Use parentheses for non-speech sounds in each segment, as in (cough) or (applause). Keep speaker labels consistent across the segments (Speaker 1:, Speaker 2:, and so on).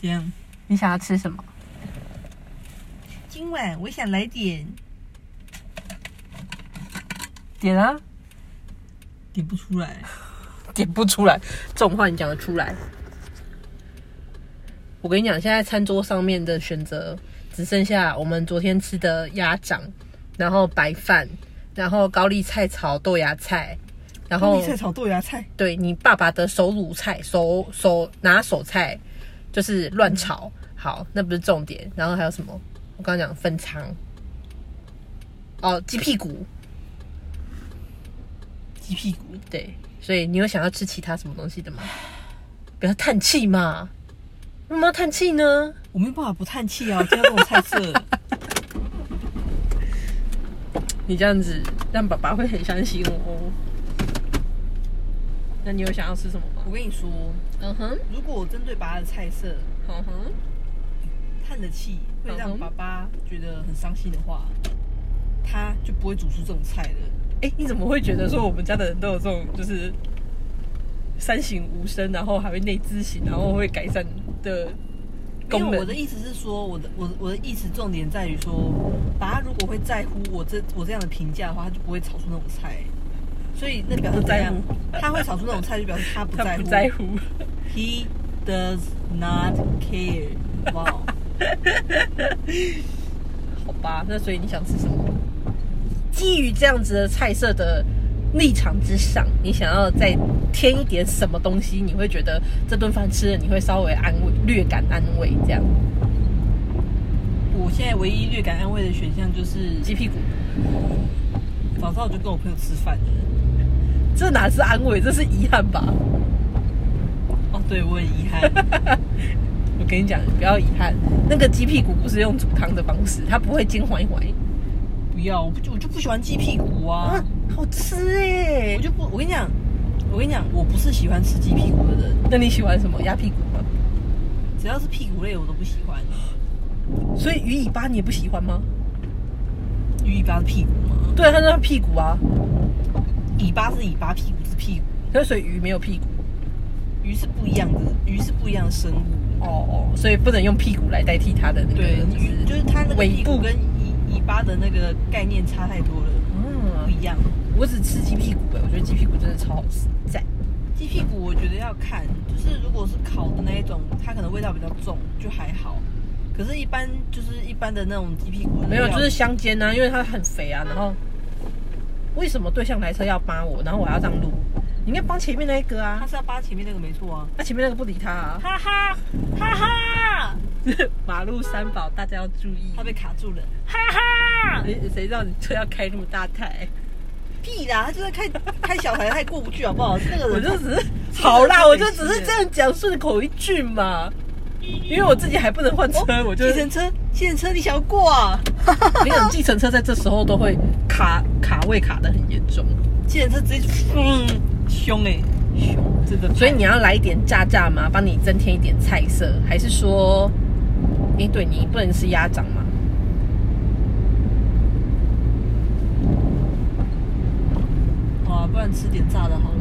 Speaker 1: 间。
Speaker 2: 你想要吃什么？
Speaker 1: 今晚我想来点，
Speaker 2: 点啊，
Speaker 1: 点不出来。
Speaker 2: 点不出来，这种话你讲得出来？我跟你讲，现在餐桌上面的选择只剩下我们昨天吃的鸭掌，然后白饭，然后高丽菜炒豆芽菜，然后
Speaker 1: 高丽菜炒豆芽菜，
Speaker 2: 对你爸爸的手卤菜，手手拿手菜就是乱炒。好，那不是重点。然后还有什么？我刚刚讲粉肠，哦，鸡屁股，
Speaker 1: 鸡屁股。
Speaker 2: 对，所以你有想要吃其他什么东西的吗？不要叹气嘛！为什么要叹气呢？
Speaker 1: 我没有办法不叹气啊！今天这种菜色，
Speaker 2: 你这样子让爸爸会很伤心哦。那你有想要吃什么吗？
Speaker 1: (laughs) 我跟你说，
Speaker 2: 嗯哼，
Speaker 1: 如果我针对爸爸的菜色
Speaker 2: 嗯哼，
Speaker 1: 叹了气，会
Speaker 2: 嗯
Speaker 1: 让
Speaker 2: 哼
Speaker 1: 爸爸觉得很伤心的话，他就不会煮出这种菜了。
Speaker 2: 哎、你怎么会觉得说我们家的人都有这种就是三省吾身，然后还会内自省，然后会改善的功
Speaker 1: 因为
Speaker 2: 能？
Speaker 1: 我的意思是说，我的我的我的意思重点在于说，爸如果会在乎我这我这样的评价的话，他就不会炒出那种菜。所以那表示
Speaker 2: 不在
Speaker 1: 怎样
Speaker 2: 乎
Speaker 1: 他会炒出那种菜，就表示他不
Speaker 2: 他
Speaker 1: 在乎。
Speaker 2: 不在乎，
Speaker 1: He does not care。哇，
Speaker 2: 好吧？那所以你想吃什么？基于这样子的菜色的立场之上，你想要再添一点什么东西？你会觉得这顿饭吃了你会稍微安慰，略感安慰这样。
Speaker 1: (laughs) 我现在唯一略感安慰的选项就是，
Speaker 2: 鸡屁股，
Speaker 1: 早知道我就跟我朋友吃饭了。
Speaker 2: 这哪是安慰，这是遗憾吧？
Speaker 1: 哦，对，我很遗憾。 (laughs)
Speaker 2: 我跟你讲，不要遗憾，那个鸡屁股不是用煮汤的方式，它不会煎环环。
Speaker 1: 不要，我不我就不喜欢鸡屁股啊
Speaker 2: 啊，好吃哎
Speaker 1: 我！就不，我跟你讲，我跟你讲，我不是喜欢吃鸡屁股的人，
Speaker 2: 那你喜欢什么鸭屁股吗？
Speaker 1: 只要是屁股类我都不喜欢。
Speaker 2: 所以鱼尾巴你也不喜欢吗？
Speaker 1: 鱼尾巴是屁股吗？
Speaker 2: 对，它叫屁股啊，
Speaker 1: 尾巴是尾巴，屁股是屁股，
Speaker 2: 那所以鱼没有屁股
Speaker 1: 鱼是不一样的，鱼是不一样的生物。
Speaker 2: 哦，所以不能用屁股来代替它的那个，
Speaker 1: 鱼就是它那个
Speaker 2: 尾
Speaker 1: 屁股
Speaker 2: 部
Speaker 1: 跟尾尾巴的那个概念差太多了，不
Speaker 2: 嗯，
Speaker 1: 一样。
Speaker 2: 我只吃鸡屁股哎，我觉得鸡屁股真的超好吃，赞。
Speaker 1: 鸡屁股我觉得要看，就是如果是烤的那一种，它可能味道比较重，就还好。可是，一般就是一般的那种鸡屁股的料，
Speaker 2: 没有，就是香煎啊，因为它很肥啊。然后为什么对象来车要扒我，然后我要让路？你应该帮前面那一个
Speaker 1: 它
Speaker 2: 啊，
Speaker 1: 是要扒前面那个没错啊。
Speaker 2: 那、前面那个不理他啊。 (laughs)
Speaker 1: 哈哈哈哈，
Speaker 2: 马路三宝，大家要注意。
Speaker 1: 它被卡住了。
Speaker 2: 谁谁让你车要开那么大台？
Speaker 1: 屁啦，它就是开开小台，它也过不去好不好？那个人
Speaker 2: 我就只是好啦，我就只是这样讲顺口一句嘛。因为我自己还不能换车，我就
Speaker 1: 哦计程车，计程车你想要过啊？
Speaker 2: (laughs) 没有计程车在这时候都会卡卡位卡的很严重，
Speaker 1: 计程车直接嗯凶哎、
Speaker 2: 凶。
Speaker 1: 真的。
Speaker 2: 所以你要来一点炸炸吗？帮你增添一点菜色，还是说，哎、对你不能吃鸭掌吗？
Speaker 1: 哇，不然吃点炸的好了。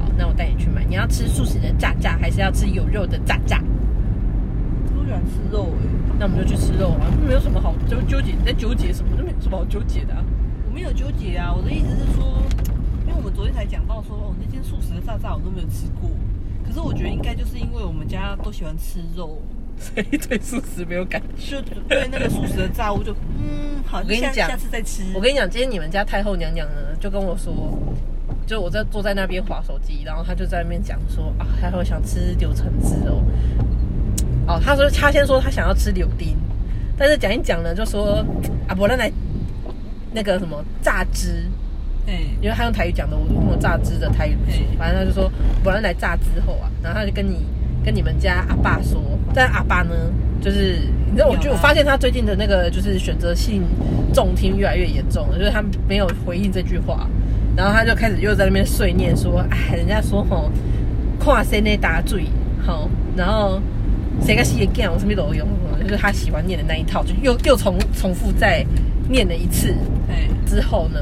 Speaker 2: 好，那我带你去买。你要吃素食的炸炸，还是要吃有肉的炸炸？
Speaker 1: 我喜欢吃肉哎、
Speaker 2: 那我们就去吃肉啊，没有什么好纠纠结，你在纠结什么？就没有什么好纠结的、啊。 (laughs)
Speaker 1: 我没有纠结啊，我的意思是说，因为我们昨天才讲到说，哦，那间素食的炸炸我都没有吃过。可是我觉得应该就是因为我们家都喜欢吃肉，
Speaker 2: 所以对素食没有感觉。
Speaker 1: 就对那个素食的炸物就嗯好，
Speaker 2: 我跟你
Speaker 1: 下
Speaker 2: 讲
Speaker 1: 下次再吃。
Speaker 2: 我跟你讲，今天你们家太后娘娘呢，就跟我说，就我在坐在那边划手机，然后她就在那边讲说啊，太后想吃柳橙汁哦。哦，她说她先说她想要吃柳丁，但是讲一讲呢，就说啊，不然来那个什么榨汁，
Speaker 1: 哎，
Speaker 2: 因为她用台语讲的，我忘了榨汁的台语怎么说
Speaker 1: 嗯，
Speaker 2: 反正她就说不然来榨汁后啊，然后她就跟你跟你们家阿爸说，但阿爸呢，就是你知道，我觉得
Speaker 1: 有啊
Speaker 2: 我发现他最近的那个就是选择性重听越来越严重了，就是他没有回应这句话，然后他就开始又在那边碎念说，哎，人家说吼，跨身内打嘴，好，然后谁个戏干，我什么都有，就是他喜欢念的那一套，就又又重重复再念了一次，
Speaker 1: 哎，
Speaker 2: 之后呢，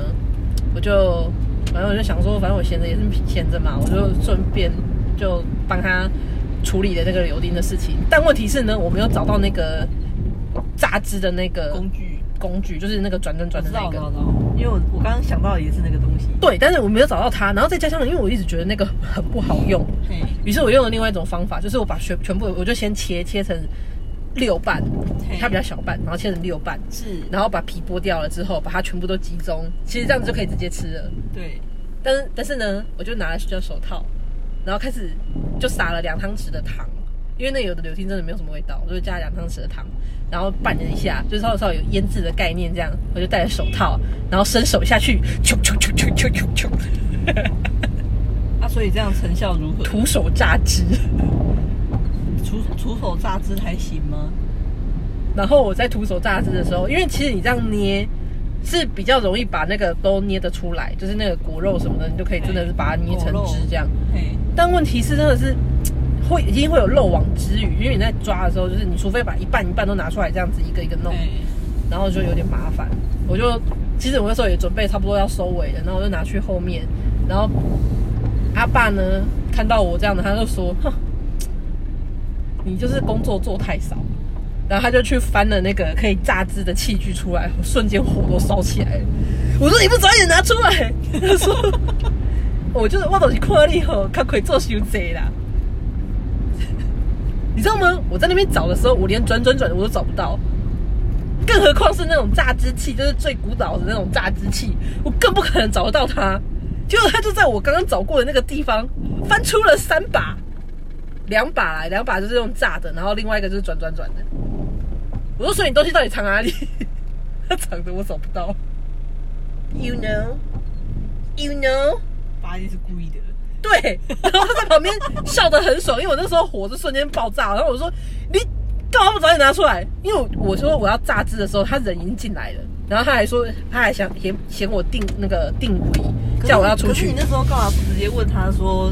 Speaker 2: 我就反正我就想说，反正我闲着也是闲着嘛，我就顺便就帮他处理的那个柳丁的事情。但问题是呢，我没有找到那个榨汁的那个
Speaker 1: 工具，
Speaker 2: 工具，就是那个转转
Speaker 1: 我
Speaker 2: 转的
Speaker 1: 知道，
Speaker 2: 那
Speaker 1: 我知
Speaker 2: 个
Speaker 1: 道，。我知道因为我我刚刚想到的也是那个东西。
Speaker 2: 对，但是我没有找到它，然后再加上，因为我一直觉得那个很不好用，
Speaker 1: 嘿，
Speaker 2: 于是我用了另外一种方法，就是我把全全部，我就先切切成六瓣
Speaker 1: 嘿，
Speaker 2: 它比较小瓣，然后切成六瓣，
Speaker 1: 是，
Speaker 2: 然后把皮剥掉了之后，把它全部都集中，其实这样子就可以直接吃了。
Speaker 1: 对，
Speaker 2: 但是但是呢，我就拿了这手套，然后开始就撒了两汤匙的糖，因为那有的柳丁真的没有什么味道，我就加了两汤匙的糖，然后拌了一下，就是稍微稍微有腌制的概念这样，我就戴着手套，然后伸手下去，咻咻咻咻咻咻咻，
Speaker 1: 啊，所以这样成效如何？
Speaker 2: 徒手榨汁。 (laughs)
Speaker 1: 徒徒手榨汁还行吗？
Speaker 2: 然后我在徒手榨汁的时候，因为其实你这样捏是比较容易把那个都捏得出来，就是那个果肉什么的，你就可以真的是把它捏成
Speaker 1: 果肉
Speaker 2: 汁这样。
Speaker 1: 嘿，
Speaker 2: 但问题是，真的是会已经会有漏网之鱼，因为你在抓的时候，就是你除非把一半一半都拿出来，这样子一个一个弄，
Speaker 1: 嘿，
Speaker 2: 然后就有点麻烦。我就其实我那时候也准备差不多要收尾了，然后我就拿去后面，然后阿爸呢看到我这样的，他就说：“哼，你就是工作做太少。”然后他就去翻了那个可以榨汁的器具出来，瞬间火都烧起来了。我说：“你不早点拿出来！”他说：“我就是我都是看你吼，看可以做修贼啦。”你知道吗？我在那边找的时候，我连转转转我都找不到。更何况是那种榨汁器，就是最古早的那种榨汁器，我更不可能找得到它。结果它就在我刚刚找过的那个地方翻出了三把，两把来，两把就是用榨的，然后另外一个就是转转转的。我就说你东西到底藏哪里？ (laughs) 它藏的我找不到。You know, you know。
Speaker 1: 八戒是故意的。
Speaker 2: (laughs) 对，然后他在旁边笑得很爽，因为我那时候火是瞬间爆炸，然后我说你干嘛不早点拿出来？因为我我说我要榨汁的时候，他人已经进来了，然后他还说他还想嫌嫌我定那个定位，
Speaker 1: 可是
Speaker 2: 叫我要出
Speaker 1: 可是
Speaker 2: 去
Speaker 1: 你。那时候干嘛不直接问他说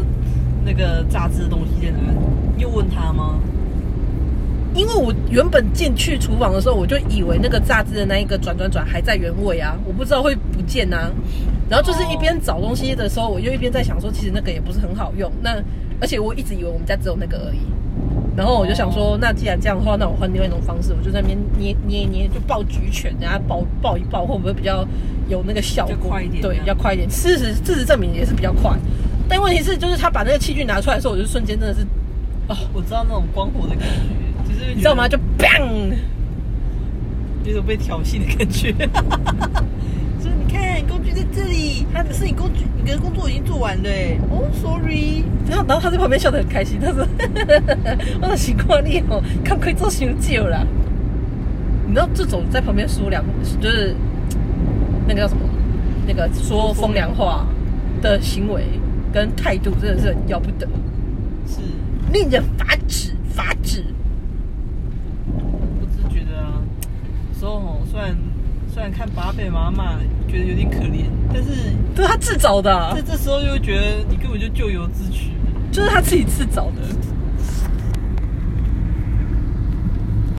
Speaker 1: 那个榨汁的东西在哪里？又问他吗？
Speaker 2: 因为我原本进去厨房的时候，我就以为那个榨汁的那一个转转转还在原位啊，我不知道会不见啊。然后就是一边找东西的时候，我就一边在想说，其实那个也不是很好用。那而且我一直以为我们家只有那个而已。然后我就想说，那既然这样的话，那我换另外一种方式，我就在那边捏捏一捏，就抱举拳，然后抱抱一抱，会不会比较有那个效果？
Speaker 1: 就快一点啊这
Speaker 2: 对
Speaker 1: 样，
Speaker 2: 要快一点。事实事实证明也是比较快，但问题是，就是他把那个器具拿出来的时候，我就瞬间真的是，
Speaker 1: 我知道那种光火的感觉，就是会
Speaker 2: 你知道吗？
Speaker 1: 觉
Speaker 2: 就 bang。
Speaker 1: 得有种被挑衅的感觉。说你看工具在这里，他可是你工具，你的工作已经做完了欸。
Speaker 2: Oh,
Speaker 1: 哦，sorry，
Speaker 2: 然后，然后他在旁边笑得很开心，他说：“ (laughs) 我习惯你哦，看可以做修旧啦。”你知道这种在旁边说凉，就是那个叫什么，那个说风凉话的行为跟态度，真的是很要不得，
Speaker 1: (laughs) 是，
Speaker 2: 令人发指，发指。
Speaker 1: 我只是觉得啊，有时候吼虽然虽然看八贝妈妈觉得有点可怜，但是
Speaker 2: 这是他自找的啊、
Speaker 1: 在这时候又觉得你根本就咎由自取。
Speaker 2: 就是他自己自找的。